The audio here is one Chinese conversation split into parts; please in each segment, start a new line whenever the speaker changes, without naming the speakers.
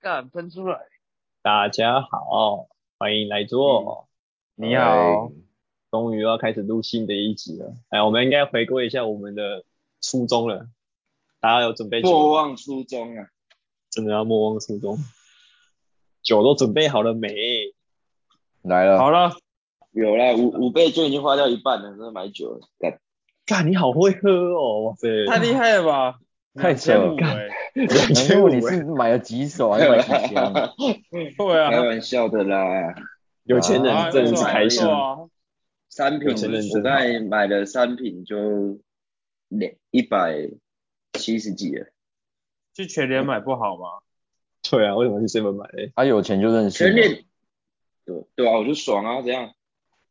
干喷出来！
大家好，欢迎来做。
你好，嗯
终于要开始录新的一集了。哎，我们应该回归一下我们的初衷了。大家有准备
莫
酒，
忘初衷啊！
真的要莫忘初衷。酒都准备好了没？
来了，
好了，
有啦，五五倍就已经花掉一半了，真的买酒了。干
干，你好会喝哦！哇塞，
太厉害了 吧！
太扯了
两千五哎
两
难
千五
怪你是买了几手还是买几箱啊？
对
开
啊，
玩笑的啦，
有钱
啊
人真的是开心
不错。啊不错啊
三瓶
有钱人
我
真
刚才买了三瓶就两一百七十几了。
去全联买不好吗？
对啊，为什么去 seven 买嘞？
他有钱就任性啊，
全 脸对对啊，我就爽啊，怎样？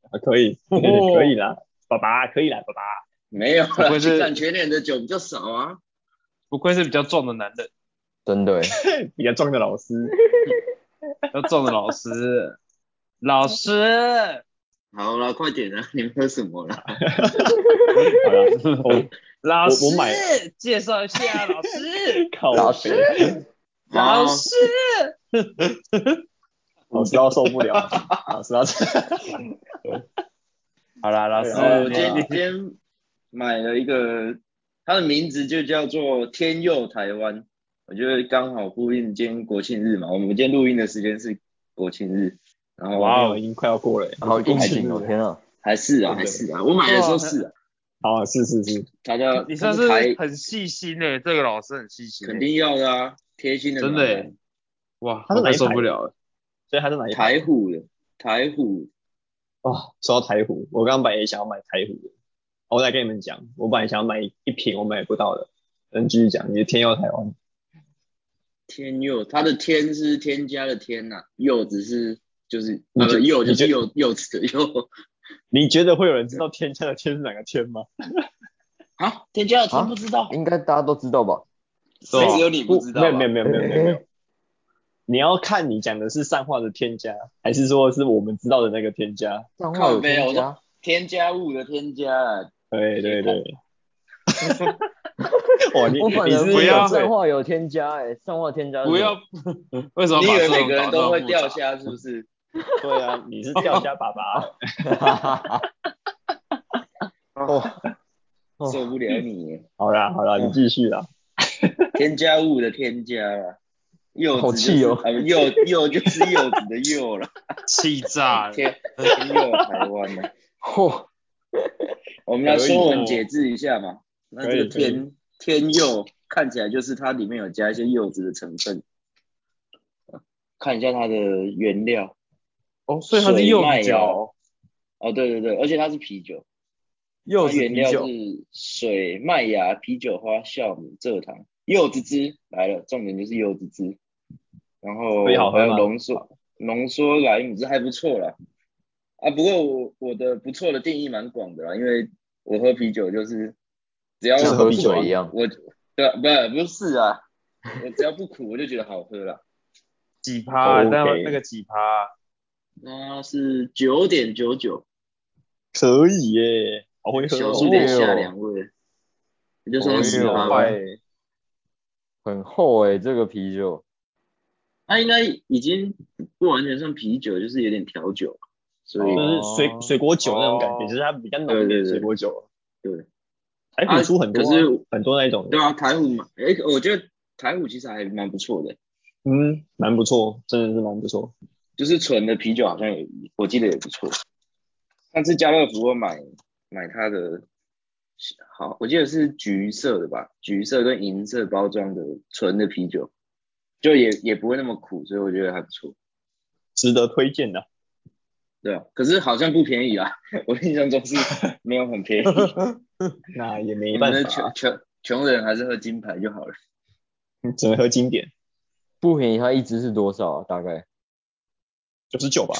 啊，可以，
哦
可以啦，爸爸可以啦，爸爸。
没有
不
啦，
会是
去看全脸的酒比较少啊。
不愧是比较壮的男人，
真的欸，
比较壮的老师，
比较壮的老师，老师，
好啦，快点啊， 你们喝什么啦？
好 啦，哦我
老师，
我我买
介绍一下老 师，
靠
老师
北
老师，
老师要哦受不了，啊老师要
好啦，老师
好，我今
你
天今天买了一个，它的名字就叫做天佑台湾。我觉得刚好呼应今天国庆日嘛，我们今天录音的时间是国庆日，然 后
哇哦，已经快要过了耶，
好
应
应
景
景哦，天啊，
还是啊
真的
还是啊，我买的时候是啊，
好，是是是，
大家
你算
它台
是很细心诶、这个老师很细心、欸，
肯定要的啊，贴心的
真
买
的
啊、
耶哇，
他是
我
哪
快
一
受
排
不了了，
所以他是哪一排？
台虎的台虎
哦，说到台虎，我刚刚本来也想要买台虎的，我再跟你们讲，我本来想要买一瓶，我买不到的，嗯，继续讲，你的天佑台湾，
天佑，它的天是添加的天呐、柚子是就是
你
那
就
个柚就
你就是
柚柚子的柚
你觉得会有人知道天下的天是哪个天吗？
啊，添加的
啊
天不知道，
应该大家都知道吧？
所以只啊有你不知道吧，
啊没有没有没有没有没有没有，你要看你讲的是上话的添加，还是说是我们知道的那个添加？
上话有
靠
添
北我
加，
添加物的添加啊，
对对对。 哇，你
我反
你
而
是
不
不要
要
有罪
上话有添加，哎，上话添加是
不要，为什么
你以
把
为
这
每
种
个人
搞
都
到
会
复
掉
杂？
虾是不是？
对啊，你是掉虾爸爸，
哦
受不了你耶，
好啦好啦，你继续啦。
添加物的添加啦，柚
好
子就是
气哦
啊不柚柚就是柚子的柚了，
气炸了！
天天佑台湾呢，
嚯，
我们来
可以
说文
哦
解字一下嘛，那这个
可以可以
天天佑看起来就是它里面有加一些柚子的成分，看一下它的原料，
哦，所以它是柚
水麦
子酒
哦
哦，
哦对对对，而且它是啤酒。
柚
它
子
原
啤
料
酒，
是水、麦芽、啤酒花、酵母、蔗糖、柚子汁来了，重点就是柚子汁，然后
所以好喝
还
吗
有浓缩浓缩莱姆汁还不错啦。啊，不过我我的不错的定义蛮广的啦，因为我喝啤酒就是只要
像
是喝
喝
啤酒啊
水一样，
我对啊不不是啊，我只要不苦我就觉得好喝啦。
几趴啊？
OK
那那个几趴啊？
那是九点九九，
可以耶，好会喝
小
哦
数
点
点下
哦
两位，也就算
哦
是啊十八
哎
吧
呦。很厚哎，这个啤酒，
它应该已经不完全算啤酒，就是有点调酒，所以、
哦
就是水水果酒那种感觉，
哦
就是它比较浓一
对
点
对对
水果酒。
对，
台虎出很多啊，
啊可是
很多那种的
对，啊，台虎嘛，哎、我觉得台虎其实还蛮不错的，
嗯，蛮不错，真的是蛮不错。
就是纯的啤酒好像也，我记得也不错。上次家乐福我买买它的，好，我记得是橘色的吧，橘色跟银色包装的纯的啤酒，就也也不会那么苦，所以我觉得还不错。
值得推荐的，
对啊，可是好像不便宜啊， 我印象中是没有很 便宜。
那也没
你
办
们
法
的
啊
穷，穷穷人还是喝金牌就好了。
只能喝经典，
不便宜，它一支是多少啊？大概
九十九吧。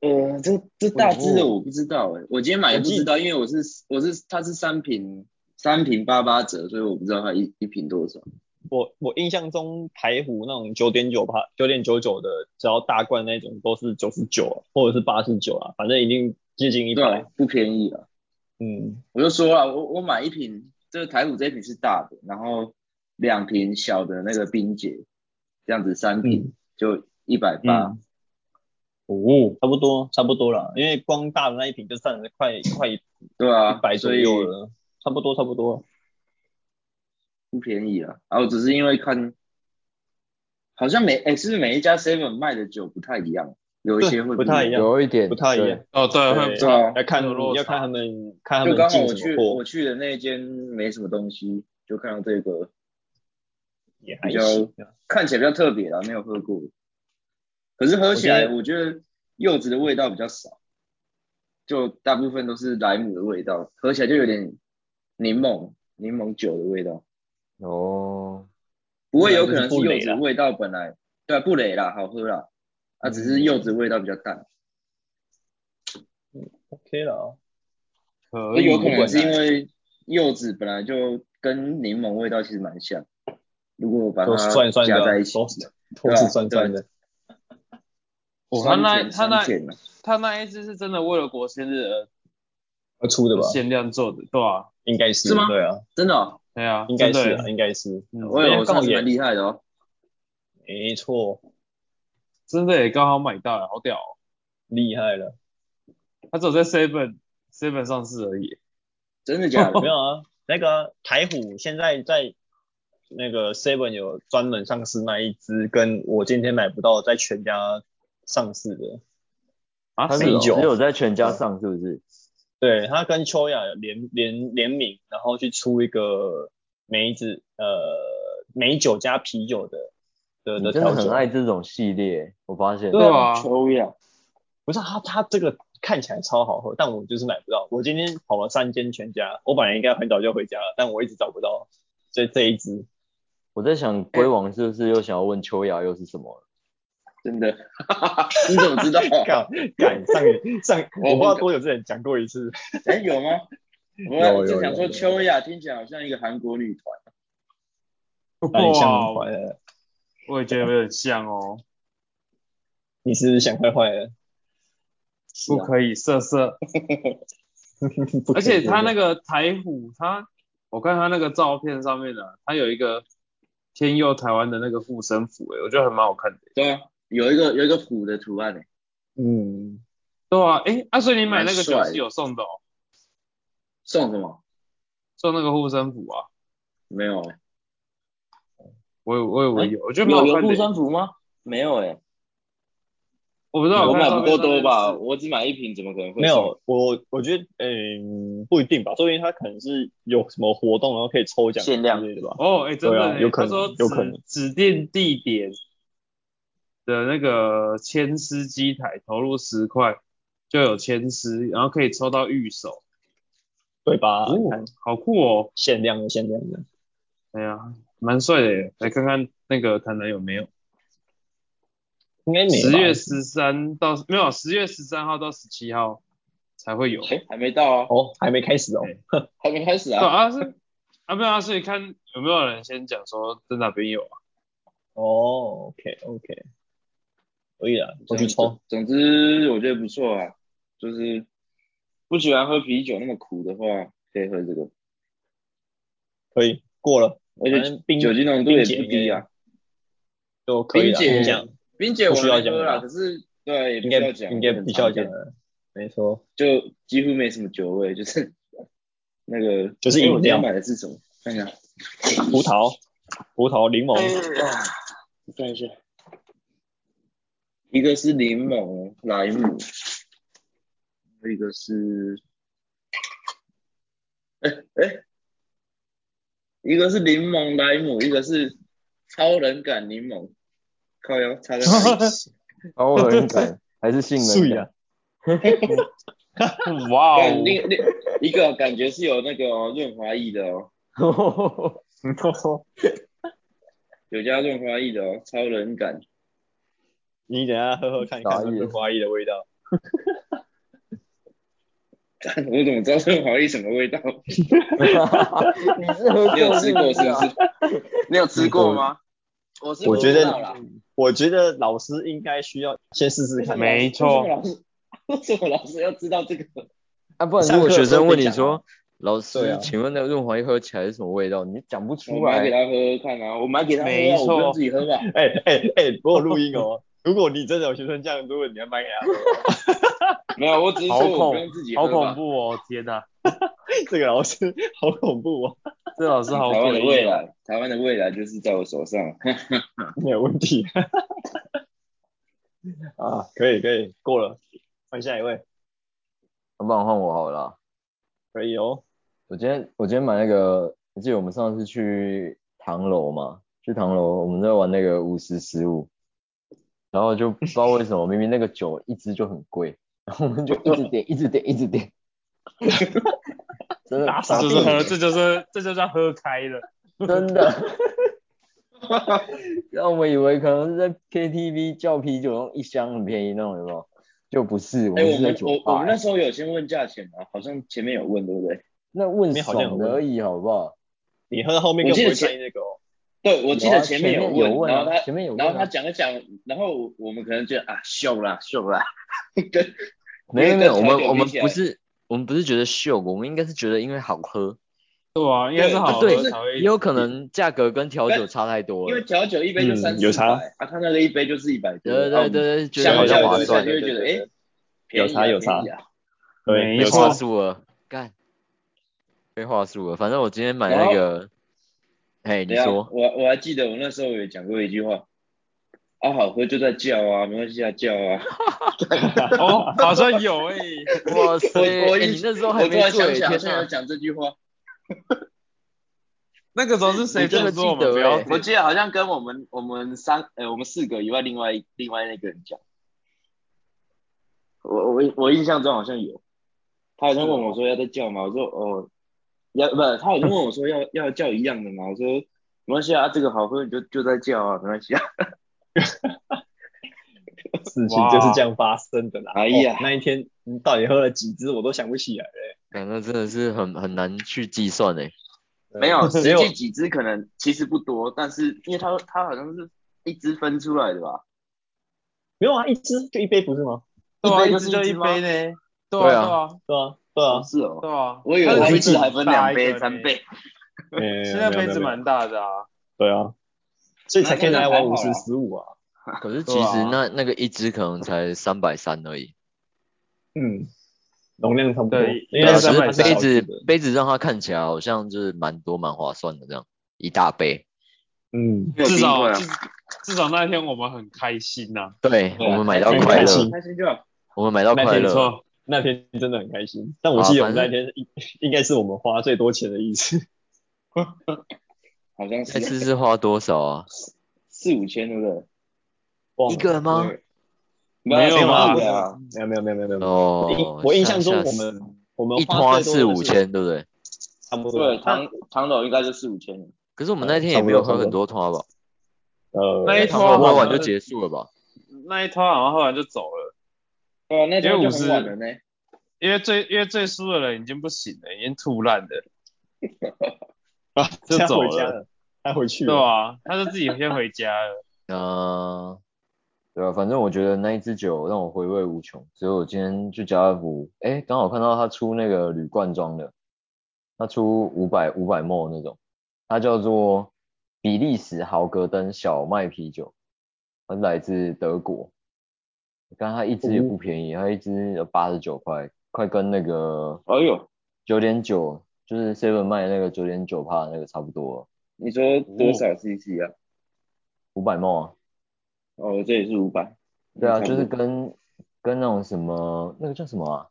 呃，这这大致的我不知道哎、我今天买也不知道，因为我是我是它是三瓶三瓶八八折，所以我不知道它一一瓶多少。
我我印象中台虎那种九点九八、九点九九的，只要大罐那种都是九十九啊或者是八十九啊，反正已经接近一
对
百
啊。，不便宜啊！
嗯，
我就说了，我我买一瓶，这个台虎这一瓶是大的，然后两瓶小的那个冰姐，这样子三
嗯
瓶、就一百八
嗯，哦，
差不多差不多啦，因为光大的那一瓶就占了快快一
对啊，
百左
所以
右了，差不多差不多。
不便宜啊。然后只是因为看，好像每哎、是不是每一家 Seven 卖的酒不太一样，有一些会
对不太一样
有一点
不太一样
对
哦，对，会
对
对啊，
要看
有落差
要看他们看他
就
们
刚好我
进什么
去
货
我，去的那间没什么东西，就看到这个
也还
比较
行啊。
看起来比较特别啦，没有喝过，可是喝起来我觉得柚子的味道比较少，就大部分都是莱姆的味道，喝起来就有点柠檬柠檬酒的味道。
哦，
不过有可能是
不
柚
雷
子
啦
味道本来对啊不雷啦，好喝啦，啊只
嗯
是柚子味道比较淡，
OK 了，
哦可
那
以，
有可能是因
为
为柚子本来就跟柠檬味道其实蛮像，如果把它
都算算的
加
啊，
在一
都
起，
都是
啊
算算的。
哦他那
酸甜
他那
酸甜啊
他那一支是真的为了过生日而
要出的吧？
限量做的，对吧？
应该是
是吗
对啊，
真的哦，
对啊，
应该是
真
啊，
的
应该是。
嗯
我有
也
我
刚好
算是
也
蛮厉害的哦，
没错，
真的也刚好买到了，好屌哦！
厉害了。
他只有在 Seven Seven 上市而已，
真的假的
没？有啊，那个啊台虎现在在那个 Seven 有专门上市那一只，跟我今天买不到，在全家上市的。
啊，
它
是
是
哦
啤酒
只有在全家上是不是？
对，他跟秋雅联联联名，然后去出一个梅子呃美酒加啤酒的的
你
的
真
嗯
的
调
很
酒。
爱这种系列，我发现。
对啊，
秋雅，
不是他他这个看起来超好喝，但我就是买不到。我今天跑了三间全家，我本来应该很早就回家了，但我一直找不到，所以这一支
我在想龟王是不是又想要问秋雅又是什 么了？
真的， 你怎么知道？
干干上上，我
我
不知道多久之前讲过一次，
哎，有吗？
有
我我就
有
想说
有
秋雅听起来好像一个韩国女团，
蛮像
哇，
坏的。
我也觉得有点像哦，
你是不是想坏坏的？
啊
不可以色色，而且他那个台虎，他我看他那个照片上面的、他有一个天佑台湾的那个护身符，哎，我觉得还蛮好看的。
对啊，有一个有一个虎的图案诶，欸
嗯，
对啊，哎，啊，所以你买那个酒
蛮帅的
是有送的哦，
送什么？
送那个护身符啊，
没有，
我以我以为有，我觉得蛮好
有有
看
护
的。
身符吗？没有诶，
我不知道，
我
看
买
照
不
片
够多吧？
上面是
我只买一瓶，怎么可能会
没有，我我觉得嗯不一定吧，说不定他可能是有什么活动，然后可以抽奖
限量
之类的吧。
哦，哎、真的、
对啊
欸
有可能
他说
有可能
指指定地点的那个签师机台投入十块就有签师，然后可以抽到预手，
对吧？
哦
你看，
好酷哦！
限量的，限量的。
哎呀，蛮帅的耶，来看看那个台南有没有？
应该没吧
十月十三到没有，十月十三号到十七号才会有。
送？哎，还没到啊，
哦，还没开始哦。
还没开始
对
啊。
啊是啊没有啊，所以看有没有人先讲说在哪边有啊？
哦，OK OK，可以了，我去抽。
总之我觉得不错啊，就是不喜欢喝啤酒那么苦的话，可以喝这个，
可以过了，
而
反
且
正冰
酒精浓度也
冰姐
不低啊。
就可以了。
冰姐
你讲
冰姐我
不需要
没
讲
喝啊
了
啦，可是对，也不
应
需
该
要讲，
应该
很
必须要
常见
讲的，没错，
就几乎没什么酒味，就是那个
就是
哎
饮料
我今天买的是什么？看一下，
葡萄、葡萄、柠
哎
檬，
啊我看一下，一个是柠檬莱姆，一个是，哎、哎、一个是柠檬莱姆，一个是超人感柠檬，靠腰差在哪 里？
高冷感还是性
素
冷
雅
啊
感？
哇哦
但！另另一个感觉是有那个哦润、滑液的哦，有加润滑液的哦，超人感。
你等一下喝喝看看，
打野
是花艺的味道。
我怎么知道润滑液什么味道？
你 是喝
你有
过
吃
是不
过是
是
不
啊？
是？你有吃过吗？我是
我觉
不知道啦
得，我觉得老师应该需要先试试看。哦
没错
为什么老师为什么老师要知道这个？
啊，不然
上
如果
课的
学
时候
生问
跟
你
你讲
说老师，
对啊
请问那个润滑液喝起来是什么味道？你讲不
我
出
买给
来。欸
他喝喝看啊，我买给他喝
没
啊，我不
错
用自己喝吧。
哎哎哎，我有录音哦。如果你真的有学生这样问，你要卖给他喝，
没有，我只是
好
说我不
恐
用自己
好
喝
恐
吧。
怖哦！天哪，
这个老师好恐怖哦。
这老师 好
台湾
诡
啊的
异哦
未来，台湾的未来就是在我手上。
没有问题。啊，可以可以，过了，换下一位，
要不然换我好了啊啦。
可以哦。
我今天我今天买那个，我记得我们上次去唐楼嘛，去唐楼我们在玩那个五十十五，然后就不知道为什么明明那个酒一支就很贵，然后我们就一直点一直点一直点，真的
打
这
赏
就是喝，这就是这就叫喝开了。
真的，让我们以为可能是在 KTV 叫啤酒，然后一箱很便宜那种，有没有？就不是，我
哎、
们
我
是在
们
酒
我我
吧、欸
们那时候有先问价钱吗？好像前面有问，对不对？
那问
面好像有
爽的而已，好不好？
你喝到后面
我
更
记
不
得
会在
前
意那个哦。
对，我记
有
得
啊
前
面
有
有
问，然
啊
后，他
前面有问
然
啊，
后他讲一讲，然后我我们可能觉得啊，秀啦秀啦，跟
没有没有，我
因为跟调
们我们
酒比起来
不是我们不是觉得秀，我们应该是觉得因为好喝，
对啊，应该是好
啊
喝
对
才
也
会。
有可能价格跟调酒差太多
因为
了。
调酒一杯就
嗯
三四
有
百
差
啊，他那个一杯就是一百多，
对
然后
对
我
对对，
们
觉得
相
好
比
像
较
划
之哦下
算
就，会觉得哎，
有
便宜
差
啊
有差
便宜啊
对，
没
有
错
话
差。
术了，干，被话术了。反正我今天买那个，哎，你
对啊，
说，
我我还记得我那时候有讲过一句话，啊，好喝就在叫啊，没关系啊，叫啊。
哦，好像有哎、
哇塞，
我我
哎
一
你那时候
我
还
突
没
然
醉，
想起来，好
天
像有
哪！
讲这句话，
那个时候是谁
你真的
说我
记得
们不要
欸？
我记得好像跟我们我们三呃我们四个以外另外另外那个人讲，我我我印象中好像有，他好像问我说要再叫吗？我说哦，要不他好像问我说要 要叫一样的嘛，我说没关系啊，这个好喝你就就在叫啊，没关系啊。
事情就是这样发生的啦。
哎呀
哦那一天你到底喝了几支，我都想不起来了。
哎那真的是很很难去计算哎。
没有，实
只有
际几支可能其实不多，但是因为他他好像是一支分出来的吧，
没有啊，一支就一杯不是吗？
对啊，
一杯
一
就
支
是
就
一
一
支吗
杯呢。对
对
啊，
啊
对啊，
对啊，对啊
哦。是哦，
对啊。
我以为
它
他
是
一次
很
还分
大
两
一
杯、
个
三
呢
杯。
现
现
在杯子蛮大的啊。
对啊，所以才可以拿来玩五十十五啊。
可是其
啊
实那那个一支可能才三百三而已，
嗯，容量差不多，
对对
因为
啊
它是
可是
330
它是
杯
小支
子
的。
杯子让它看起来好像就是蛮多蛮划算的这样，一大杯。
嗯，
没有
至
冰块
少
啊
至至少那天我们很开心呐、
对，
对啊
我们买到
很
快
开
乐
心，
开心就好。
我们买到
那
快
天
没
乐。
错，
那天真的很开心。但我记得我
啊
们那
反
天应应该是我们花最多钱的一 次。
好像
那次
是
是花多少啊？
四五千，对不对？
忘了
一个人
啊
吗？
对
没有
吧
吧？
啊
对啊，
没有没有没有没有没有。我印
哦，
我印象中
吓
我
吓死
们我们
一
花
团
最
四
多的
五
是
千，对不对？
差不多
对，
啊。那
唐唐楼应该就四五千了。
可是我们
呃
那天
差
也
不
没
多
有
差
喝
不
很
多
多团吧？
呃，
那一
他
团好
们喝
像
完就是结束了吧？
那一团好像喝完就走了，
对啊，那天就
因
很
为
晚
50
了呢。
因为最因为最输的人已经不行了，已经吐烂了，
啊，
就
他
走
回家
了
了，他回去
对
了。
啊？他就自己先回家了。
嗯、对吧、反正我觉得那一支酒让我回味无穷，所以我今天去家乐福，哎，刚好看到他出那个铝罐装的，他出五百五百 ml 那种，它叫做比利时豪格登小麦啤酒，它是来自德国。我看它一支也不便宜，它一支八十九块，快跟那个
哎呦，
九点九，就是 Seven 卖那个九点九帕那个差不多了，
你说多少 CC 啊？
五百梦啊。
哦，这也是五百。
对啊，
差不
就
多
是跟跟那种什么那个叫什么啊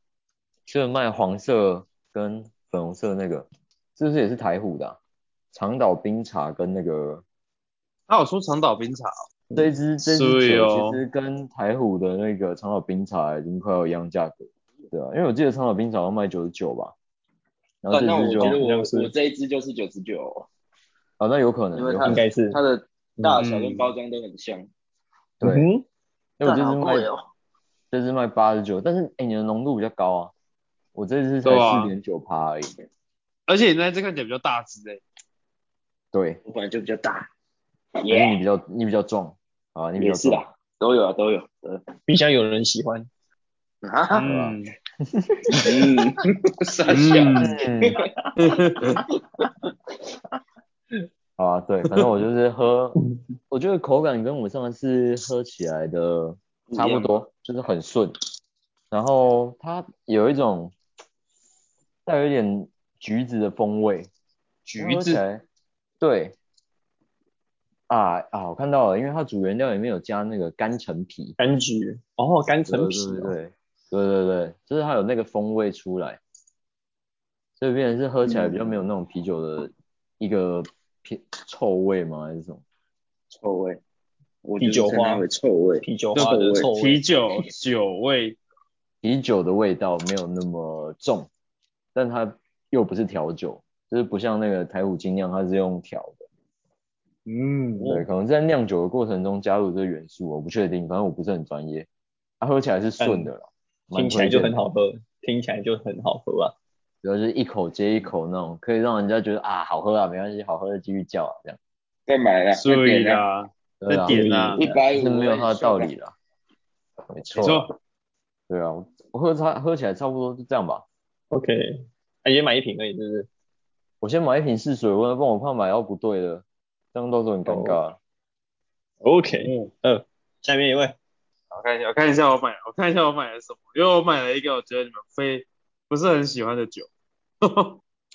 ，Seven 卖黄色跟粉红色那个，是不是也是台虎的啊、长岛冰茶跟那个
那我出长岛冰茶哦，
嗯
这一支这一
所
支
以
酒
哦
其实跟台虎的那个长岛冰茶已经快要一样价格，对啊，因为我记得长岛冰茶要卖九十九吧，然后
但
这
那我
支就
觉得
好
我
像是
我这一支就是九十九，
啊那有可能，
因为
有
它
可
应
能
该是
它的大小跟包装都很像。
对，
嗯哼
因为我这
但好
支
贵
卖
哦。
这支卖八十九，但是哎、你的浓度比较高啊，我这支才
对啊
四点九趴而已，
而且你那一只看起来比较大只欸诶、
对，
我本来就比较大。
嗯
因为
耶，
你比较你比较重啊，你比
也
较
是
重。
啊，都有啊，都有。
冰箱有人喜欢，
啊，
嗯
嗯，
嗯，
啊
傻笑，
嗯，
嗯，好 啊，对，反正我就是喝，我觉得口感跟我上次喝起来的差不多，就是很顺。然后它有一种带有一点橘子的风味，
橘
喝起
子
来，对，啊啊，我看到了，因为它主原料里面有加那个甘橙皮，
柑橘哦，柑橙皮
对对
哦，
对对对对，就是它有那个风味出来，所以变成是喝起来比较没有那种啤酒的一个偏臭味吗？还是什么？
臭味，我
啤
就
酒
是称它
花
为臭味，
啤酒花的
那
臭
口
啤
味，
酒酒味，
啤酒的味道没有那么重，但它又不是调酒，就是不像那个台虎精酿，它是用调的。
嗯，
对，可能在酿酒的过程中加入这个元素，我不确定，反正我不是很专业。它、喝起来是顺的了，
听
蛮
起来
推
就
荐的
很好，喝，听起来就很好喝啊。
主要就是一口接一口那种，可以让人家觉得啊好喝啊，没关系，好喝就继续叫啊这样。
再买了，再
所以
点啊了，
啦，
对啊
这点啊
对
150
是没有它的道理啦。没错，
没错，
对啊，我我喝它喝起来差不多就这样吧。
OK，哎也买一瓶而已，是不是？
我先买一瓶试水温，不然我怕买到不对的，这样到时候很尴尬啊。
OK，呃
嗯，
下面一位，
我看一下，我看一下我买，我看一下我买了什么，因为我买了一个我觉得你们非不是很喜欢的酒，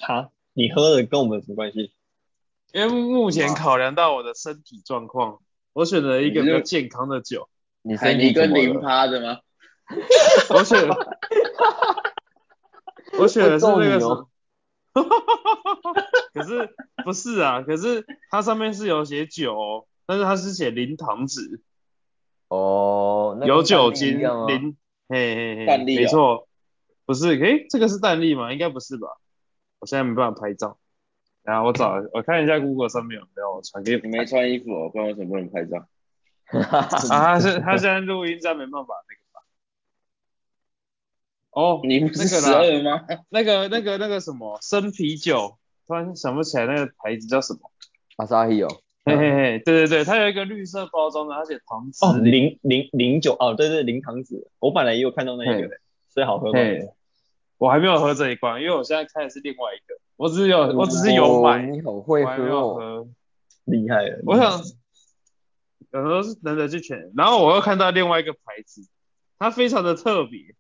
哈，你喝的跟我们有什么关系？
因为目前考量到我的身体状况，我选择一个比较健康的酒，
你
海
身
尼
体
哎跟
怎么
零
了？
趴的吗？
我选，我选的是那个什么，可是不是啊，可是它上面是有写酒、哦，但是它是写零糖值，
哦，那跟
有酒
蛋力
精
一样啊
零，嘿嘿嘿，
蛋力啊
没错，不是，诶，这个是蛋力吗？应该不是吧？我现在没办法拍照，然后我找我看一下 Google 上面有没有，我传给你
你没穿衣服哦，不然为什么不能拍照？
啊，他是他现在录音，但没办法那个吧？哦，
你不
那
是
个
十
啦
二吗？
那个那个那个什么生啤酒，突然想不起来那个牌子叫什么。
阿萨希哦，
嘿嘿嘿，对对对，它有一个绿色包装的，而且糖
哦，
纸。
零零零九哦，对对，零糖子，我本来也有看到那一个，所以好喝吗？
嘿，我还没有喝这一罐，因为我现在看的是另外一个。我只是有，我只是有
哦
买，
你好会
嗯我
喝
还没有
哦，
喝。
厉害了，
我想，有时候是难得去选。然后我又看到另外一个牌子，它非常的特别，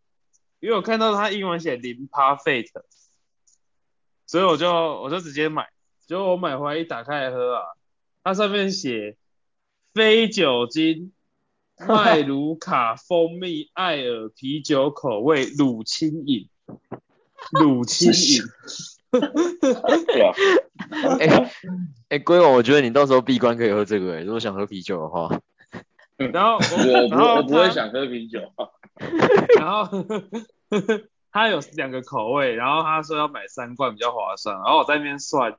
因为我看到它英文写零趴 fate，所以我就我就直接买。结果我买回来一打开来喝啊，它上面写非酒 精麦卢卡蜂蜜艾尔啤酒口味乳清饮，乳清饮。
对啊，
哎哎，龟王，我觉得你到时候闭关可以喝这个哎，如果想喝啤酒的话，
然后我
我不
然后
我不会
它
想喝啤酒，
然后他有两个口味，然后他说要买三罐比较划算，然后我在那边算，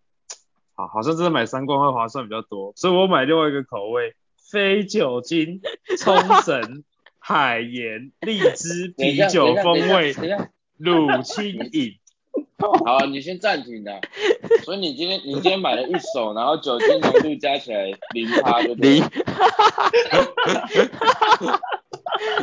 好，好像真的买三罐会划算比较多，所以我买另外一个口味，非酒精冲绳海盐荔枝
等一
啤
下
酒风味
等一下等一下，
乳清饮，
好啊，你先暂停啊。所以你今天你今天买了一手，然后酒精浓度加起来零 趴，对不对
零，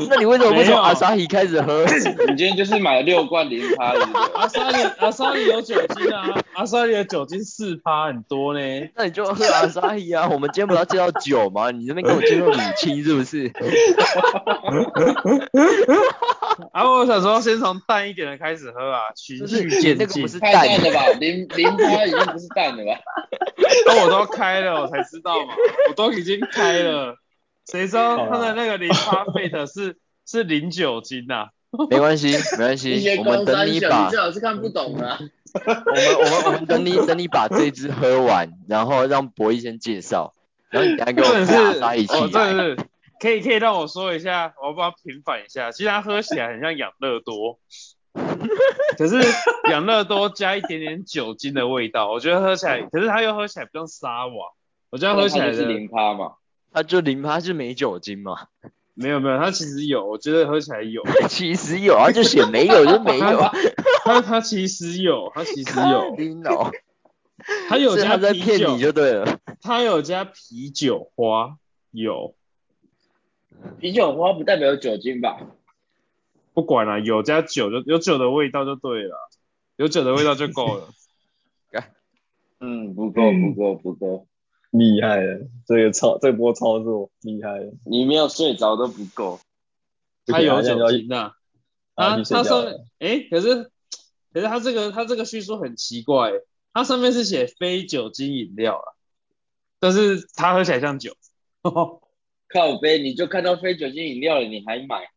那你为什么不
没有
从阿萨希开始喝？
你今天就是买了六罐零趴的，对不对
阿萨里阿萨里有酒精啊，阿萨里的酒精四趴很多呢，
那你就喝阿萨希啊，我们今天不是要介绍酒吗？你那边给我介绍乳清 是不是？
然后啊我想说先从淡一点的开始喝啊，循
就
序
是
渐
那个
进
不。是
太
蛋，
淡了 吧？零零趴已经不是蛋了吧？
那我 都开了，我才知道嘛，我都已经开了，谁知道他的那个零八 fit 是是零酒精 呐、
没关系没关
一
系
些，
我
高
们
三
等你
小，
把
你最好是看不懂啊。
我们我们我们等你等你把这支喝完，然后让博弈先介绍，然后你再
真
给我
的是，
阿萨希
我
起来
真。的是，可以可以让我说一下，我要帮他平反一下，其实他喝起来很像养乐多，可是养乐多加一点点酒精的味道，我觉得喝起来，可是它又喝起来不像沙瓦，我觉得它喝起来
哦
它就是
的
零趴嘛。
它就零趴是没酒精嘛？
没有没有，它其实有，我觉得喝起来有，
其实有啊，就写没有就没有。
它它其实有，它其实 有，
你脑，
它有
是
加
他在
啤
骗
酒
你就对了。
它有加啤酒花，有，
啤酒花不代表有酒精吧？
不管了、有加酒就有酒的味道就对了，有酒的味道就够 了。
嗯，不够，不够，不够，
厉害了，这个操这波操作厉害了，
你没有睡着都不够。啊
它有
就
酒
可以
精的。
拿
他
下去拿去睡
他
觉
说
了，
哎、可是可是他这个他这个叙述很奇怪，它上面是写非酒精饮料啊，但是它喝起来像酒。
靠杯，你就看到非酒精饮料了，你还买？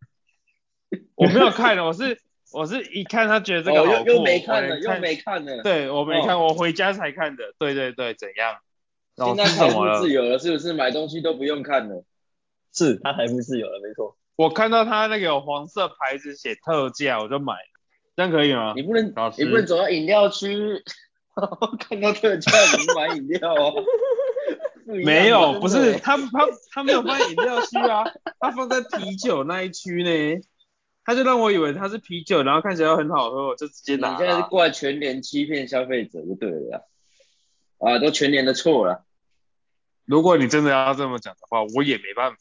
我没有看，啊我是 我是一看他觉得这个
哦，
好酷，
又又没
我
看了，
连
又没看了。哦
对我没看，我回家才看的。对对对，怎样？
现在
老师怎
财
么
富
了
自？由了，是不是？买东西都不用看了。
是他财富自由了，没错。
我看到他那个有黄色牌子写特价，我就买了，这样可以吗
你？不能
老，师
你不能走到饮料区， 然后看到特价你买饮料哦。一样
没
真
有，
的欸
不是他他他没有放在饮料区啊，他放在啤酒那一区呢。他就让我以为它是啤酒，然后看起来又很好喝，我就直接
你
拿
现在是
了。啊
怪全联欺骗消费者就对了啊，啊都全联的错了。
如果你真的要这么讲的话，我也没办法，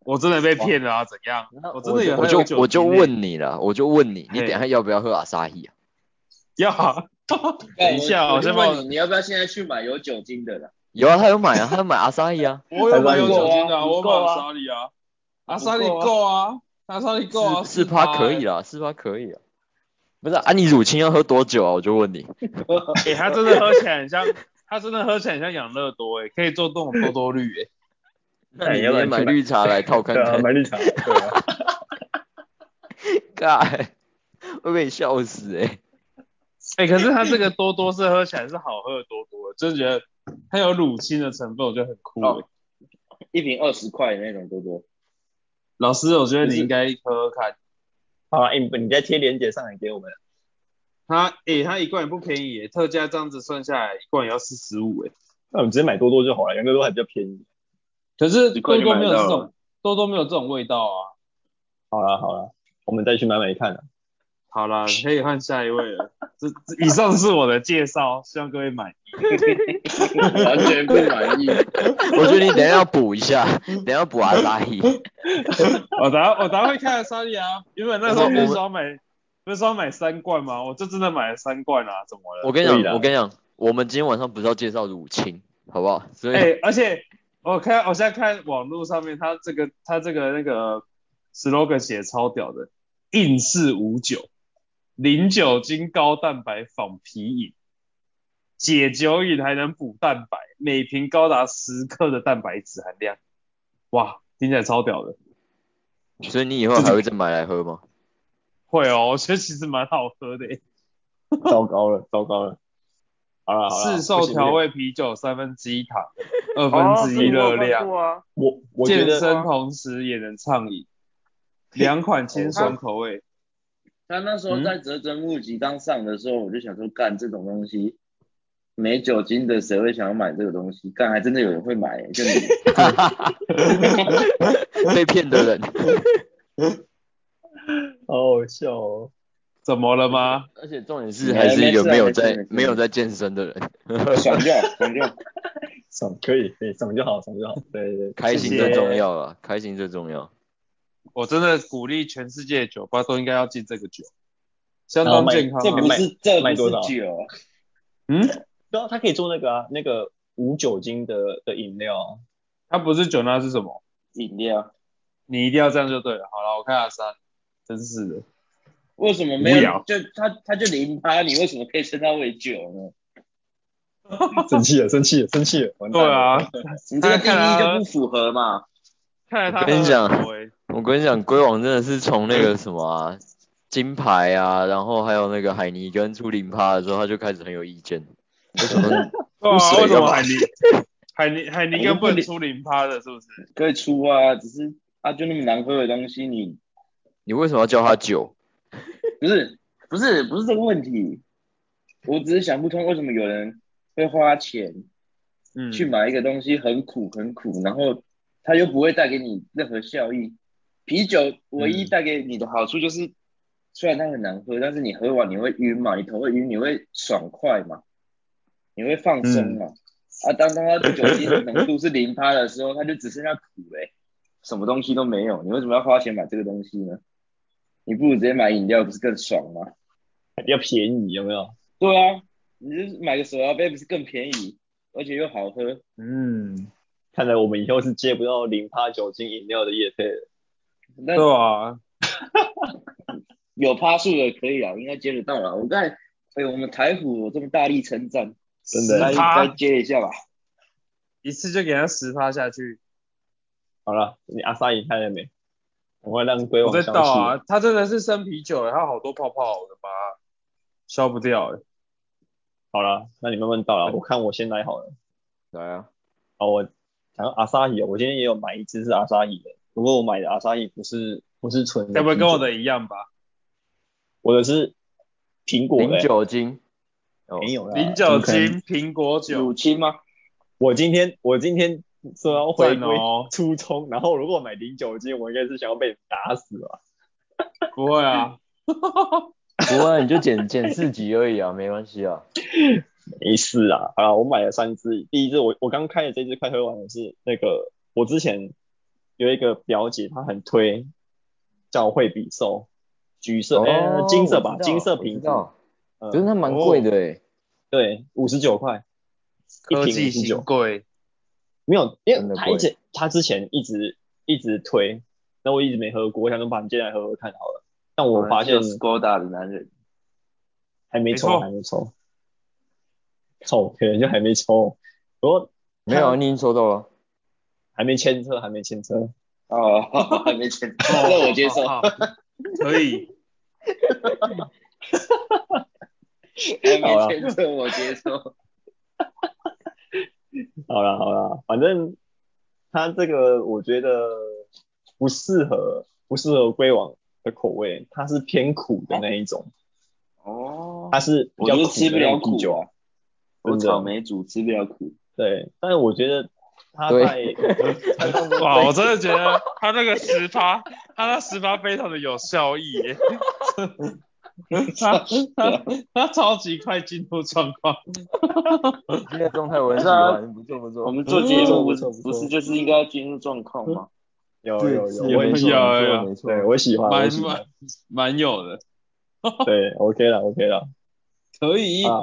我真的被骗了啊，怎样？我真的有
我
很有
就
酒
我就
精呢
问你了，我就问你，你
嘿
等一下要不要喝阿萨伊啊？
要 啊，等一下，
哎我
我
就
先帮
问
我
你，你要不要现在去买有酒精的啦？
有啊，他有买啊，他有买阿萨伊啊。
我有买有酒精
不够
的，
啊
我
不
买
够啊
阿莎莉啊，阿莎莉够啊，阿莎莉够啊，
四趴可以
啊。
啦，四趴可以啦。不是啊，啊你乳清要喝多久啊？我就问你，
哎，它真的喝起来很像，它真的喝起来很像养乐多，哎，可以做这种多多绿，哎，
那你
要不
也
然
买
去买
绿茶来套看
对啊，
看，
买绿茶，对啊，
干，会被你笑死哎、欸！
哎，可是它这个多多是喝起来是好喝的多多，真觉得它有乳清的成分，我觉得很酷。哎
哦一瓶二十块的那种多多。
老师，我觉得
就
你
是
应该喝喝看，
好啊，哎你你再贴链接上来给我们，
它哎，它一罐也不便宜，哎，特价这样子算下来一罐也要四十五，哎，
那我们直接买多多就好了，杨哥多还比较便宜。
可是
一
多
罐就
多
买
没
得
有
到
这
了
种多多没有这种味道啊。
好啦好啦，我们再去买买看啊。
好 啦，可以换下一位了。这这以上是我的介绍，希望各位满意。
完全不满意。
我觉得你等一下要补一下，等一下要补阿扎 伊。
我等下我等下会看莎莉啊，原本那时候不是说要买，不是说要买三罐吗？我就真的买了三罐啊，怎么了？
我跟你
可以啦
讲，我跟你讲，我们今天晚上不是要介绍乳清，好不好？所以、
哎、而且我看我现在看网络上面，他这个他这个那个 slogan 写得超屌的，硬式无酒，零酒精高蛋白仿啤饮，解酒饮还能补蛋白，每瓶高达十克的蛋白质含量，哇，听起来超屌的。
所以你以后还会再买来喝吗？
会哦，我觉得其实蛮好喝的耶，欸
糟糕了，糟糕了。好啦好啦，
市售
不行
调，味啤酒三分之一糖，二
哦
分之一热量。
不行我我觉
健
得
身同时也能畅饮，两款清爽口味。
他那时候在泽泽木集当上的时候，我就想说，干这种东西没酒精的，谁会想要买这个东西？干还真的有人会买、就你
被骗的人，
好好笑哦。
怎么了吗？
而且重点是还是一个
没
没
事啊
有
没
在
事没事
没有在健身的人，
爽就好，爽就好。
爽可以，可以爽就好，爽就好。对对对，
开心
谢谢
最重要啊，开心最重要。
我真的鼓励全世界的酒吧都应该要进这个酒，相
然后
当
卖
健康、
这不
啊。
是这
卖
不
多少
是酒，
嗯，
对啊，他可以做那个啊，那个无酒精的的饮料啊。
它不是酒，那是什么？
饮料。
你一定要这样就对了。好了，我看阿三，真是的，
为什么没
无
有
聊？
就他他就零趴，你为什么可以称它为酒呢？
啊 生气了，生气了，生气了，完蛋
对啊
了。
啊，
你这个
他
定
看啊
义
他
就不符合嘛。
看来他
我跟你讲
很会
我跟你讲，龟王真的是从那个什么啊，金牌啊，然后还有那个海尼根出零趴的时候，他就开始很有意见。为什 么？
对啊，
水
为什
干
么
嘛
海尼海尼海尼根不能出零趴的，是不是？
可以出啊，只是啊就那么难喝的东西，你
你为什么要叫他酒？
不是不是不是这个问题，我只是想不通为什么有人会花钱
嗯，
去买一个东西很苦很苦，然后它又不会带给你任何效益。啤酒唯一带给你的好处就是，虽然它很难喝，但是你喝完你会晕嘛，你头会晕，你会爽快嘛，你会放松嘛。啊，当当它酒精浓度是零趴的时候，欸它就只剩下苦嘞、什么东西都没有。你为什么要花钱买这个东西呢？你不如直接买饮料，不是更爽吗？
比较便宜，有没有？
对啊，你就是买个手摇杯，不是更便宜，而且又好喝。
嗯，看来我们以后是接不到零趴酒精饮料的业配了。
但
对啊吧？
有趴数的可以啊，应该接得到了。我刚才，哎呦，我们台虎我这么大力称赞，
真的
再
十趴
再接一下吧。
一次就给他十趴下去，
好了，你阿萨姨看了没？赶快让龟
我
王
在
消
倒
失。
啊，它真的是生啤酒，它好多泡泡，我的妈，消不掉欸
好了，那你慢慢倒了，我看我先来好了。
来啊，
哦，我讲到阿萨伊，哦我今天也有买一支是阿萨伊的，不过我买的阿萨伊不是不是纯的啤酒，
该不会跟我的一样吧？
我的是苹果的、
零酒精，哦
没有啦，
零酒
啊怎么可能。
精苹果酒
乳，清吗？
我今天我今天说要回
赞
归
哦，
初衷，然后如果买零酒精，我应该是想要被打死吧？
不会啊，
不会啊，你就减减四级而已啊，没关 系啊。
没事啊，好啦，我买了三支，第一支我我刚开的这支快喝完的是那个我之前有一个表姐，她很推叫惠比寿，橘色哎、
哦
金色吧
我，知道
金色
我
瓶
知
子，
道，
嗯
可是它蛮贵的欸诶，
对，五十九块 一
科
瓶
技
五十
新
九，
贵，
没有，因
真
为
的
他
贵
一直他之前一直一直推，那我一直没喝过，我想说把你借来喝喝看好了。但哦我发现
Skoda 的男人，
还没抽，
没错
还没抽，靠，可能就还没抽，不过
没有啊，你已经收到了。
还没牵车，还没牵车。
哦，还没钱，那我接受。
哦好，好 可以，
还
好
没签证我接受。
好啦好啦，反正他这个我觉得不适合不适合龟王的口味，它是偏苦的那一种，
哦
它是比
我
较
就是
苦
吃不
的那
了
种啤
苦
酒
啊，我
真的
草莓族吃不了苦。
对，但是我觉得他
对
在他在
哇，我真的觉得他那个十趴，他那十趴非常的有效益 耶，他他他超级快进入状况，
今天的状态我很喜
啊
不
欢，不错不
我
错。
们做节目不
不
是
错不错
不是就是应该要进入状况吗？
有
对
有
是
有，我也
没
喜
错
有
欢，
有
没
啊
错没
对
错。
我喜欢，我
蛮
喜欢
蛮，蛮有的，
对，OK 了 OK 了
可以，
啊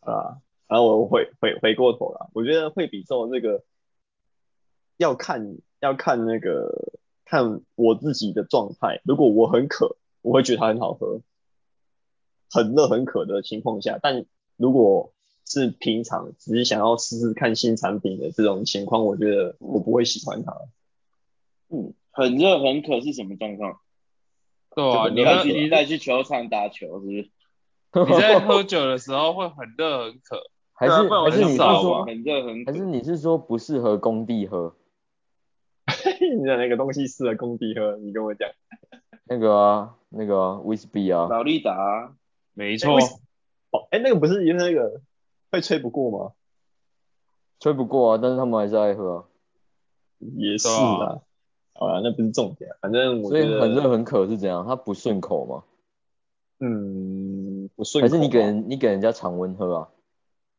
啊，然后我回回回过头了，我觉得会比重这个要看要看那个看我自己的状态，如果我很渴，我会觉得它很好喝，很热很渴的情况下，但如果是平常只是想要试试看新产品的这种情况，我觉得我不会喜欢它。
嗯，很热很渴是什么状况？
对啊，你
带
那
去
你
带去球场打球是不是？
你在喝酒的时候会很热很渴，
还是
对啊 不然我
还是你是
很少
说，
很热很
还是
渴。
你是说不适合工地喝？
你的那个东西适合工地喝，你跟我讲。
那个啊，那个啊威士忌啊，
劳力达啊
没
哎
错
为，什哦，哎、那个不是就是那个会吹不过吗？
吹不过啊，但是他们还是爱喝啊，
也是
对
啊。好啦，那不是重点，反正我
所
觉
以
得，
很热很渴是怎样？它不顺口吗？
嗯，不顺
还
口吧。
是你给人你给人家常温喝啊？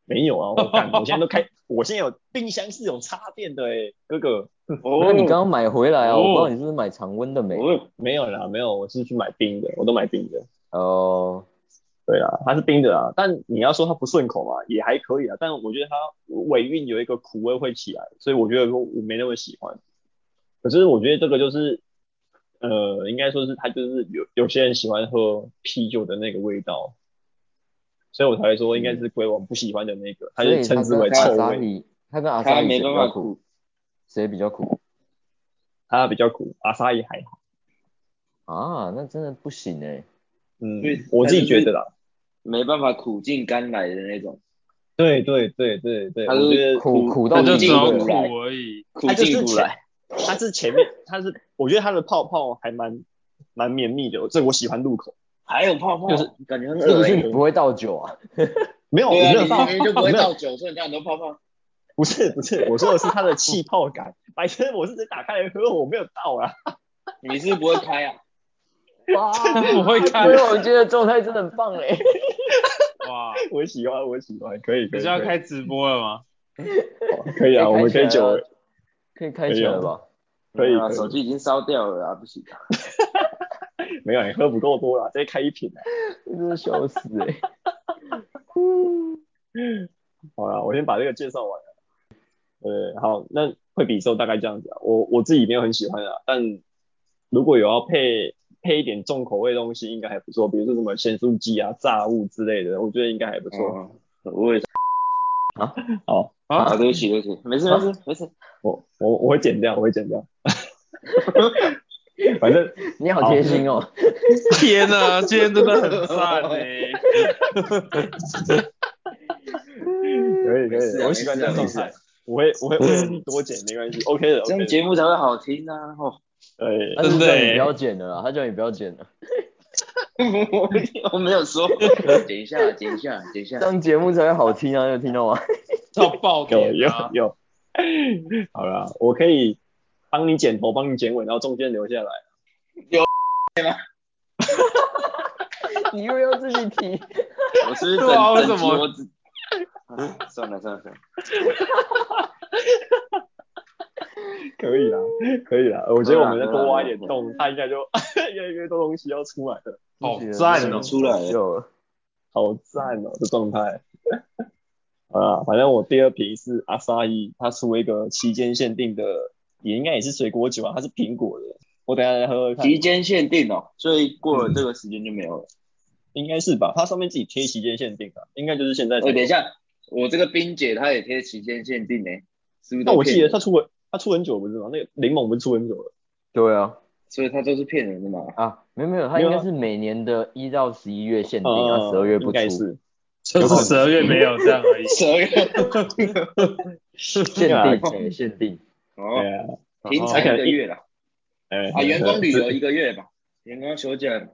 没有啊？我干，我现在都开， 我现在有冰箱是有插电的哎、哥哥。
哦，
那你刚刚买回来啊？
哦
我不知道你是不是买常温的没？
哦，
没有啦，没有，我是去买冰的，我都买冰的。
哦，
对啊，它是冰的啊，但你要说它不顺口嘛，也还可以啊。但我觉得它尾韵有一个苦味会起来，所以我觉得我没那么喜欢。可是我觉得这个就是，呃，应该说是它就是有有些人喜欢喝啤酒的那个味道，所以我才会说应该是龟王不喜欢的那个，他
嗯所
就
以
称
它
之
跟
为
阿
臭
萨
味。
里，它跟阿萨
他
里谁
没
比
办法
较苦？
苦。
谁比较苦
它比较苦，阿萨也还好。
啊？那真的不行 哎。
嗯
对，
我自己觉得啦。
没办法苦尽甘来的那种，
对对对对对，
他
我觉
是
得
苦苦到
那就
腻
只
尽
有
了
苦
苦
来，
而已，
苦
它就是
尽
前
苦来。
它是前面，它是我觉得它的泡泡还蛮蛮绵密的，哦这个我喜欢入口。
还有泡泡，啊
就是
感觉很
是不
恶
是
心。
你不会倒酒 啊？
没有，我
对
没
啊，
有
你
到，
明明就不会
没有
倒酒，所以你很多泡泡。
不是不是，我说的是它的气泡感。白天我是直接打开来喝，我没有倒啊。
你是不会开啊？
哇，
不会看
所以我觉得状态真的很棒哎。
哇，
我喜欢，我喜欢，可以可
你
以
是要开直播了吗？
可以可以啊，我们可以久违，
可以开起来了吧？
可以
没有啊
可以嗯
手机已经烧掉了啊，不行啊。
没有，你喝不够多啦，再开一瓶啦。
真的笑死哎、欸！
好啦，我先把这个介绍完了。呃，好，那惠比寿大概这样子啊。我我自己没有很喜欢啊，但如果有要配配一点重口味的东西，应该还不错，比如说什么咸酥鸡啊、炸物之类的，我觉得应该还不错。
哦，我也是
好，
啊，对不起，对不起，没事
啊
没事没事，
我我我会剪掉，我会剪掉。 反正
你好贴心哦，
天哪，今天真的很赞 哎、
可以可
没事
以，
啊
我喜欢这样
没
状
事啊没
态。我会我会我会多剪，没关系，OK 的
这样
OK 的。
节目才会好听啊！哦，
对，
他是
真的
叫你
欸
不要剪了啊啦，他叫你不要剪了。
我我没有 说，剪一下，剪一下，剪一下
这。样节目才会好听啊，你有听到吗？
到爆
有
点
有
啊！
有。 好啦，我可以帮你剪头，帮你剪尾，然后中间留下来。
你又要自己 提，
我是不是
对啊为
整
什
整
么
桌 子？啊算了算了算了，
可以啦，可以啦。我觉得我们再多挖一点
对啦
洞，它应该就 越来越多东西要出来了。
好赞哦
讲！出来了。
秀了。
好赞哦，这状态。 啊，反正我第二瓶是阿萨伊，它出了一个期间限定的，也应该也是水果酒啊，它是苹果的。我等一下来喝喝看，
期间限定哦，所以过了这个时间就没有了。
应该是吧？它上面自己贴期间限定的、应该就是现在才
哎，
有。
等一下，我这个冰姐她也贴期间限定呢，是不是
那
都骗人？
我记得它出了，它出很久不是吗？那个柠檬不是出很久了？
对啊，
所以她都是骗人的嘛。
啊，没有没有，它
没有
应
啊嗯
该是每年的一到十一月限定，啊，十二月不
哦应该
出，
是
就是十二月没有这样 而已。
蛇月
限
对啊
定哎限定。
哦，
对啊，
停产一个月 了
哎、
啊，员工旅游一个月吧，员工休假。
哎，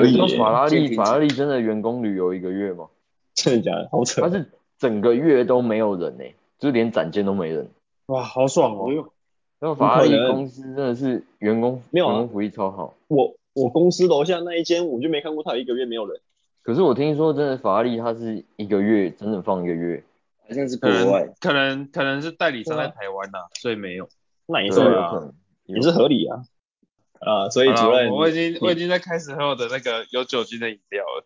可以
你知道
耶
法拉
限
利
定
法拉利真的员工旅游一个月吗？
真的假的？好扯
它，是整个月都没有人呢，就是连展间都没人。
哇，好爽哦！
然后法拉
不
利
可能
公司真的是员工
没有啊
员工福利超好，
我我公司楼下那一间，我就没看过它有一个月没有人。
可是我听说真的法拉利它是一个月整整放一个月，
好像是国
可
外
能，可能可能是代理商在
对啊
台湾呐、所以没有。
那也
对
是
对
有
啊
可能
也是合理啊。啊，所以
好
主
啦
任，
我我已经我已经在开始喝我的那个有酒精的饮料了，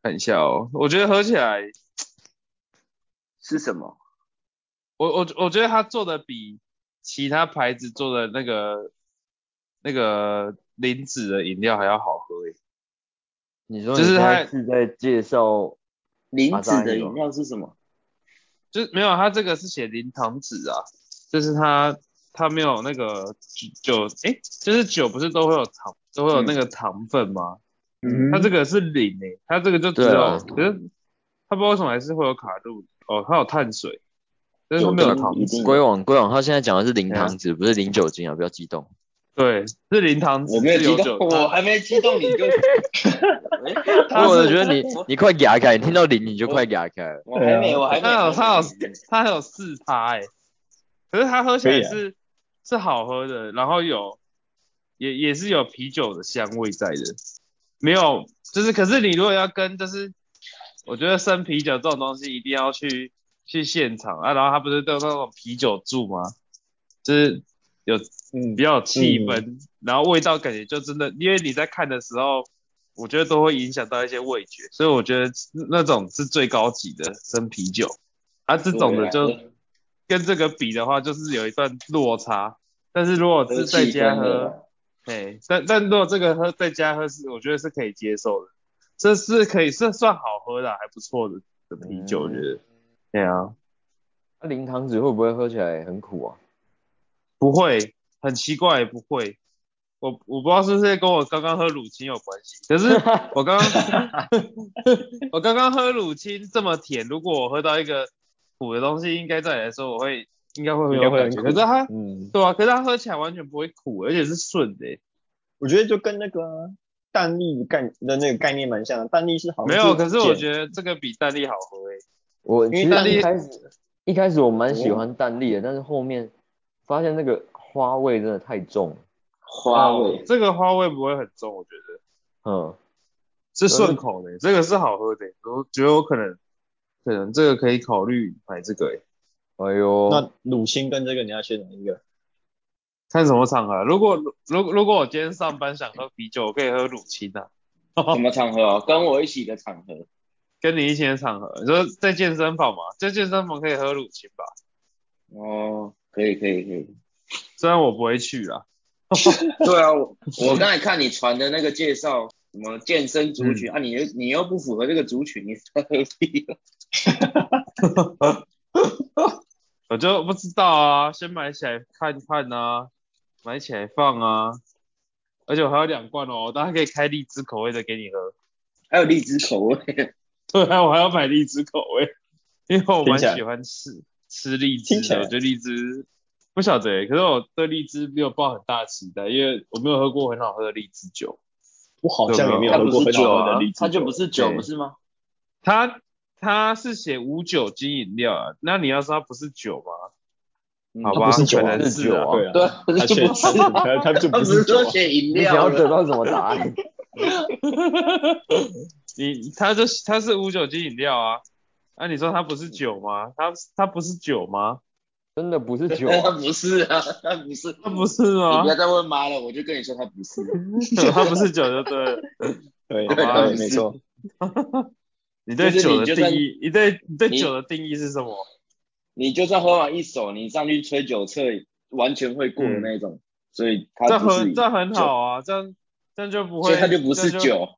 看一下哦。我觉得喝起来，
是什么？
我我我觉得它做的比其他牌子做的那个那个零脂的饮料还要好喝欸诶。
你说
就
你
是
现
它
在是在介绍
零脂的饮料是什么？
就是没有，它这个是写零糖脂啊，就是它它没有那个酒，诶、就是酒不是都会有糖，都会有那个糖分吗？
嗯
它这个是零诶、它这个就只有，
对啊
可是它不知道为什么还是会有卡路里哦，它有碳水，但是它没有糖
一，定
归网归网，他现在讲的是零
对啊
糖脂，不是零酒精啊，不要激动。
对，是零糖脂，
我没有
是
激
酒
动，我还没激动你就。哎
它
我
是
觉 得你你快牙开，你听到零你就快牙开了。
我还
啊
没，我还没。
它有它有它还有四趴诶，可是它喝起来是、是好喝的，然后有也也是有啤酒的香味在的，没有就是可是你如果要跟就是我觉得生啤酒这种东西一定要去去现场啊，然后它不是都有那种啤酒柱吗？就是有
嗯
比较有气氛，然后味道感觉就真的，因为你在看的时候，我觉得都会影响到一些味觉，所以我觉得那种是最高级的生啤酒，啊，这种的就
啊
跟这个比的话，就是有一段落差。但是如果是在家喝，哎，但但如果这个喝在家喝是，我觉得是可以接受的，这是可以是算好喝的，还不错的的啤酒，我觉得。对啊，
那零糖脂会不会喝起来很苦啊？
不会，很奇怪，不会。我我不知道是不是跟我刚刚喝乳清有关系，可是我刚刚 我刚刚喝乳清这么甜，如果我喝到一个苦的东西，应该照理来说我会应该会很
应该
有
会
感
很
觉，
苦
可是它
嗯，
对啊，可是它喝起来完全不会苦，而且是顺的欸、
我觉得就跟那个啊蛋力概的那个概念蛮像的，蛋力是好
没
像
有，可是我
得
觉得哦这个比蛋力好喝诶、欸
我
为
其
蛋
实
力
一开始一开始我蛮喜欢蛋力的，但是后面发现那个花味真的太重了，
花味
哦，这个花味不会很重，我觉得
嗯，
是顺口的欸、这个是好喝的欸、我觉得我可能可能这个可以考虑买这个诶、欸
哎呦，
那乳清跟这个你要选哪一个？
看什么场合。如果如如果我今天上班想喝啤酒，我可以喝乳清啊。
什么场合哦？跟我一起的场合，
跟你一起的场合，你说在健身房嘛，在健身房可以喝乳清吧？
哦，可以可 以可以。
虽然我不会去啊，
对啊，我我刚才看你传的那个介绍，什么健身族
嗯
群、啊，你又你又不符合这个族群，你 是何必？
我就不知道啊，先买起来看看啊，买起来放啊。而且我还有两罐哦，我当然可以开荔枝口味的给你喝。
还有荔枝口味，
对啊，我还要买荔枝口味，因为我蛮
听起来
喜欢吃吃荔枝
听起
的。
来
我觉得荔枝不晓得欸，可是我对荔枝没有抱很大期待，因为我没有喝过很好喝的荔枝酒。
我好
啊
像也没有喝过很好喝的荔枝
它就不
是
是酒，
对
不是吗？
它它是写无酒精饮料啊，那你要说它不是酒吗？
嗯
好
它
吧，
不是酒
可
啊，
能
是酒
啊。
啊。
对啊，
对啊，不
它
是
确
酒
实，它它就
他
不
不
是
是
酒
说
啊，
写 饮
你想要
料
得
了，
到什么答案？
你它就它是无酒精饮料啊，那、你说它不是酒吗？它它不是酒吗？
真的不是酒
他
啊，
不是啊，他不是，
它不是啊嗯吗
你不？要再问妈了，我就跟你说他不是。
它不是酒就对了。
对
好
对
吧
对，没错，
你对
就是
酒
你
的
就
定
算
义，你对你对
你
酒的定义是什么？
你就算喝完一手，你上去吹酒测，完全会过的那种，所以
这
它
样
不
很
是，
嗯这样很好啊，这样这样就不会，
所以它就不是
这样就，
酒，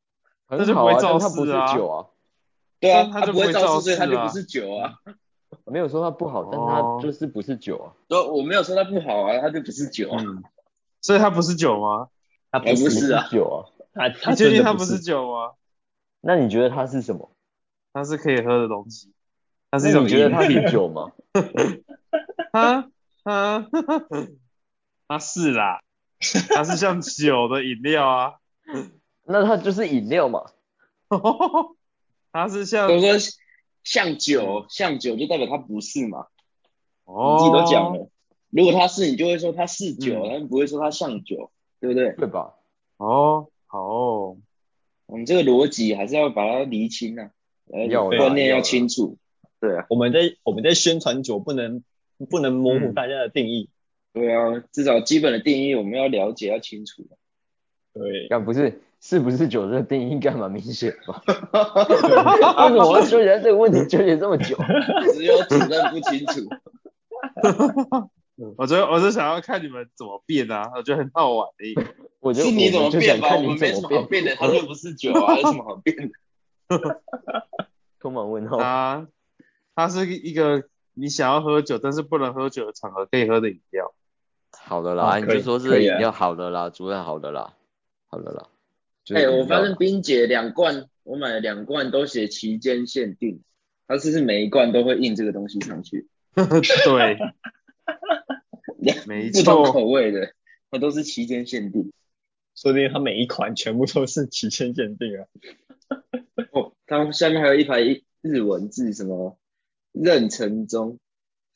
那就
很
不
好
会
啊，
肇
但它不是
事啊
酒啊。
对啊，
这样它
它
就
不
不
会
会
肇
肇
事，所以
事
它就
啊
不是酒啊。
没有说它不好，但
哦
它就是不是酒啊。
对，我没有说它不好啊，它就不是酒啊。
嗯，所以它不是酒吗？
它
哎不是啊
酒啊。
它
你
它
确
真
定
的
它
不
是酒吗？
那你觉得它是什么？
它是可以喝的东西，它
那
是一种
你觉得它
饮品
是酒吗？
啊 啊，它是啦，它是像酒的饮料啊，
那它就是饮料嘛。
它是像
我说像
嗯
酒，像酒就代表它不是嘛，
哦，
你自己都讲了。如果它是，你就会说它是酒，
嗯
但不会说它像酒，对不对？
对吧？
哦，好哦，
我们这个逻辑还是要把它厘清啊，呃
要啦
观念
要
要
啦
清楚。对啊，
我们在我们在宣传酒，不能不能模糊
嗯
大家的定义。
对啊，至少基本的定义我们要了解，要清楚。
对，
干不是是不是酒这个定义干蛮明显吧？ 为什么要纠结在这个问题纠结这么久？
只有主任不清楚。
我觉得我是想要看你们怎么变啊，我觉得很好玩的一个。
我觉得
是你怎
我
么
们就想
变吧，我
看
们
你
没什
怎么
么好
变。
变的，他又不是酒啊，有什么好变的？
充满
哦
问号。
它它是一个你想要喝酒但是不能喝酒的场合可以喝的饮料。
好的
啊
啦，你
可
就
以
说是
可以
饮
啊
料好的啦，主任好的啦，好的啦。就是
哎、我
饮料
发现
啦
冰姐两罐，我买了两罐都写期间限定，她是不是每一罐都会印这个东西上去？
对，没
不同
错，
口味的，它都是期间限定。
说不定它每一款全部都是期限限定啊。
哦，它下面还有一排日文字，什么任城中，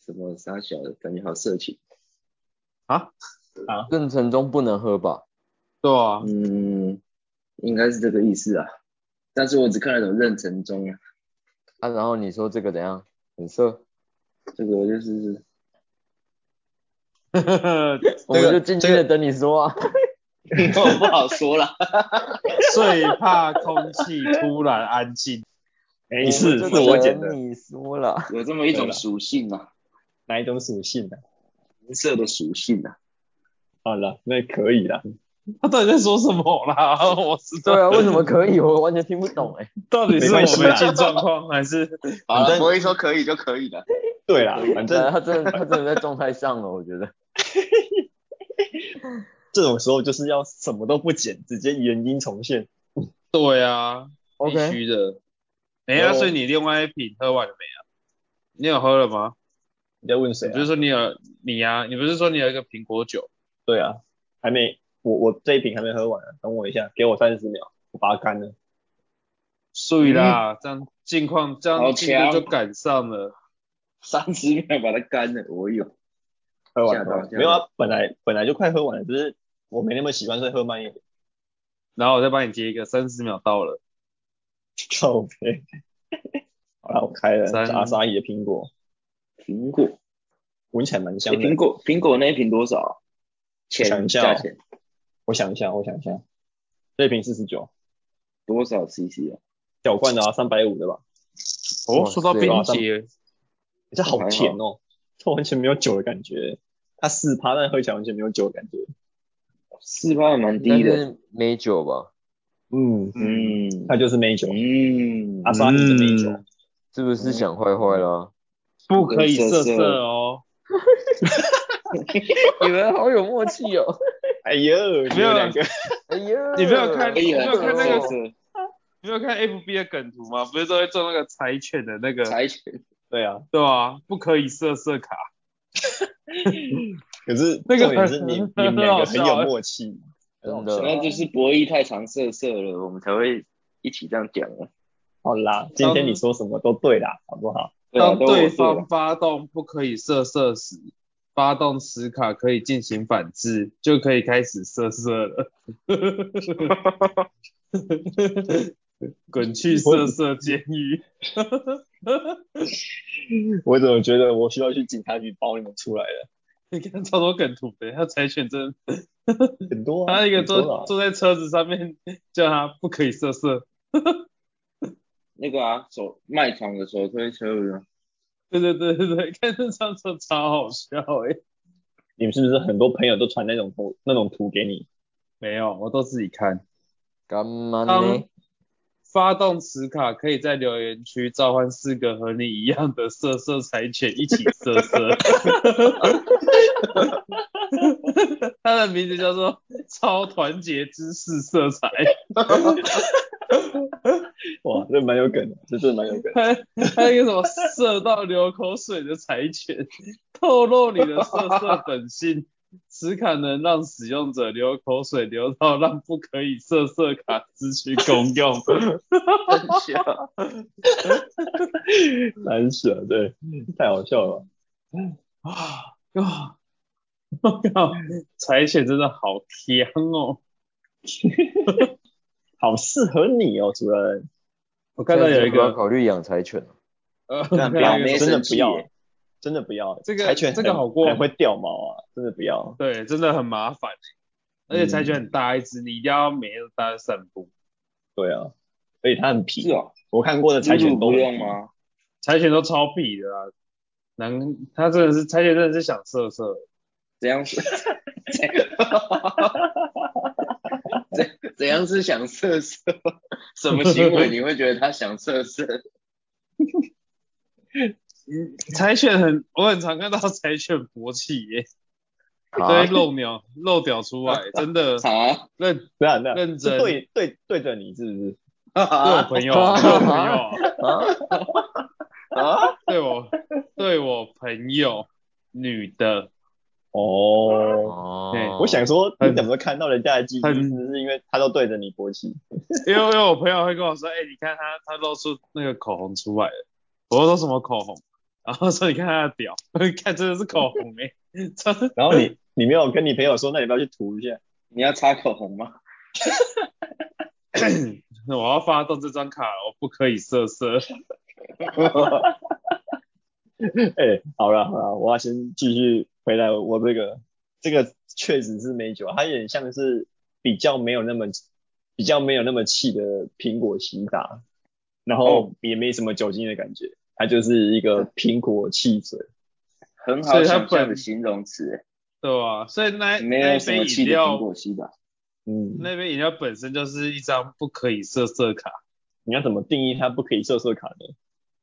什么啥小的，感觉好色情。
任晨中不能喝吧？
对啊，
嗯，应该是这个意思啊。但是我只看得懂任城中啊，
啊，然后你说这个怎样？很色，
这个就是
我们就静静的等你说啊。
我不好说啦。
最怕空气突然安静。
哎，是是
们就
我
等
剪的，
你说了，
有这么一
对
种
啦
属性啊，
哪一种属性的？
银色的属性啊。
好了，那可以啦。
他到底在说什么啦？ 我知道
对，啊，为什么可以？我完全听不懂哎、
到底是我
没关系啦
没啊进状况还是？
好了，
反正
不会说可以就可以了。
对啦， 反
对啊，
正
他真的他真的在状态上了，我觉 得。
这种时候就是要什么都不剪，直接原音重现。
对啊，
必
OK，
须的。
哎呀，所以你另外一瓶喝完了没啊？你有喝了吗？
你在问谁
你不是
啊？
说你有你啊？你不是说你有一个苹果酒？
对啊，还没，我我这一瓶还没喝完啊，等我一下，给我三十秒，我把它干了。
所以啦，这样近况这
好
样进度
强
就赶上了。
三十秒把它干了，我有。
喝完
吓
了
到
喝完
吓
了，
到
没有啊，本来本来就快喝完了，只是我没那么喜欢，所以喝慢一点。
然后我再帮你接一个，三十秒到了。
靠背。好了，我开了
三
阿莎姨的苹果，
苹果，
闻起来蛮
哎，
香的
苹。果苹果那一瓶多少啊？
想
钱
一下
价
哦
钱
我想一下，我想一下，这瓶四十九，
多少 CC 啊？
小罐的啊，三百五的吧。
哇
哦，说到
塞
冰
哇
结，
这好甜
还
哦，这完全没有酒的感觉。它四趴，但喝起来完全没有酒的感觉。
四趴还蛮
应该
低的，
是美酒吧？
嗯，
嗯
它就是美酒，
嗯，
阿萨尼的美酒。
嗯
是不是想坏坏啦？
不可以色
色
色哦。嗯
你们好有默契哦！
哎呦，你们
没有啊
两个，
哎呀，
你没有看
可
啊
以啊很
你有看那个
色色
你有看 FB 的梗图吗？不是都会做那个柴犬的那个，
柴犬，
对啊。
对吧、不可以色色卡，
可是
那个
重点是 你
很
你们两
很好
个很
笑
有
欸
默契，
真
对啊
的，
那就是博弈太常色色了，我们才会一起这样讲啊。
好啦，今天你说什么都对啦，好不好？
对啊
当
都我
对
对了
方发动不可以色色时，发动磁卡可以进行反制，就可以开始色色了。 滚去色色监狱！
我怎么觉得我需要去警察局保你们出来了？
你看超多梗图的，他柴犬真的，
很多啊，
他一个
很多
坐
啦
坐在车子上面，叫他不可以色色。
那个啊，手卖场的手推车 有没有
对对对对对，看这张超超好笑哎、
你们是不是很多朋友都传那种图那种图给你？
没有，我都自己看。
干嘛
当
呢？
发动磁卡可以在留言区召唤四个和你一样的色色柴犬一起色色。 他的名字叫做超团结之士色 彩，
哇，这蛮有梗的，这真的蛮有梗的。
还还有一个什么色到流口水的柴犬，透露你的色色本性。磁卡能让使用者流口水流到让不可以色色卡失去功用。
真笑，
难死了，对，
嗯
太好笑了吧。
啊，哇！我靠，柴犬真的好香哦！
好适合你哦，主人。
我看到有一
现在是不是要
个，
考虑养柴犬了。
呃，我
干
看
表
到一
妹
个，
真的
生
不
气
要
耶，
真的不要。
这个
柴犬
这个
很
好过
很会掉毛啊，真的不要。
对，真的很麻烦，而且柴犬很大一只，你一定要每天都带它散步。
对啊，而且它很皮
是。哦，
我看过的柴
猪
犬
肚
都
不
很
用
皮？
吗？
柴犬都超皮的啦，难，它真的是柴犬真的是想色色，
怎样是？怎怎样是想色色？什么行为你会觉得他想色色？
嗯柴犬很，我很常看到柴犬勃起耶，都会，
啊
露鸟露屌出来，真 的
啊？
认
对啊，对啊，
认
是
真
对对对着你是不是？
对我朋友，对我朋友，
啊？
对我对我朋友女的。
哦，
对
哦，
我想说
很
你怎么看到人家的记忆，
很
是不是因为他都对着你勃起？
因为因为我朋友会跟我说，哎、你看他他露出那个口红出来了，我说什么口红？然后说你看他的屌， 看真的是口红哎、真的
然后你你没有跟你朋友说，那你不要去涂一下？
你要擦口红吗？
我要发动这张卡，我不可以色色。
哎，好了好了，我要先继续回来我这个这个确实是美酒，啊它有点像是比较没有那么比较没有那么气的苹果西打，然
哦
后也没什么酒精的感觉，它就是一个苹果汽水。
很
所
好
以他
想象的
本
形容词，
对吧？所以那
没有
那
什
杯
么气
饮
的苹
料，
果西吧？
嗯，
那杯饮料本身就是一张不可以色色卡，
你要怎么定义它不可以色色卡呢？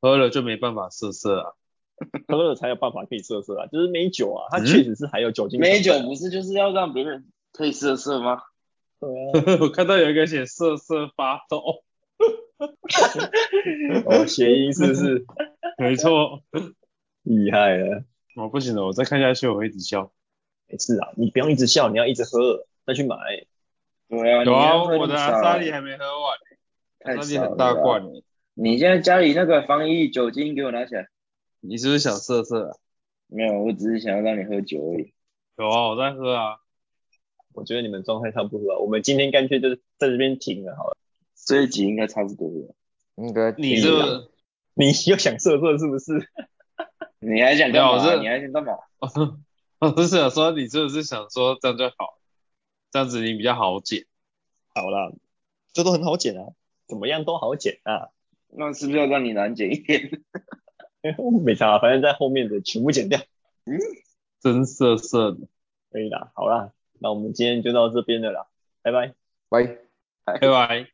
喝了就没办法色色啊。
喝了才有办法可以色色啊，就是美酒啊，它
嗯
确实是含有酒精成分。啊
美酒不是就是要让别人可以色色吗？
对啊，
我看到有一个写色色发抖，
哦，谐音是不是
没错，
厉害了？
我不行了，我再看下去我会一直笑。
没事啊，你不用一直笑，你要一直喝，再去买。
对啊，你
有啊，
要喝那
我的
么
阿
少
萨利还没喝完，阿
太
萨利
少
很大
了吧
罐欸
你现在家里那个防疫酒精给我拿起来。
你是不是想色色、啊？
没有，我只是想要让你喝酒而已。
有啊，我在喝啊。
我觉得你们状态差不多了，我们今天干脆就是在这边停了好了。
这一集应该差不多了。
应该
你这
个
个
你又想色色是不是？
你还想干
没有
嘛？
这
你还想干嘛？
我是想说，你是不是想说这样就好，这样子你比较好解？
好啦，这都很好剪啊，怎么样都好剪啊。
那是不是要让你难剪一点？
没差啊，反正在后面的全部剪掉，
真色色的，
可以啦。好啦，那我们今天就到这边了啦，拜拜。
喂。
拜拜。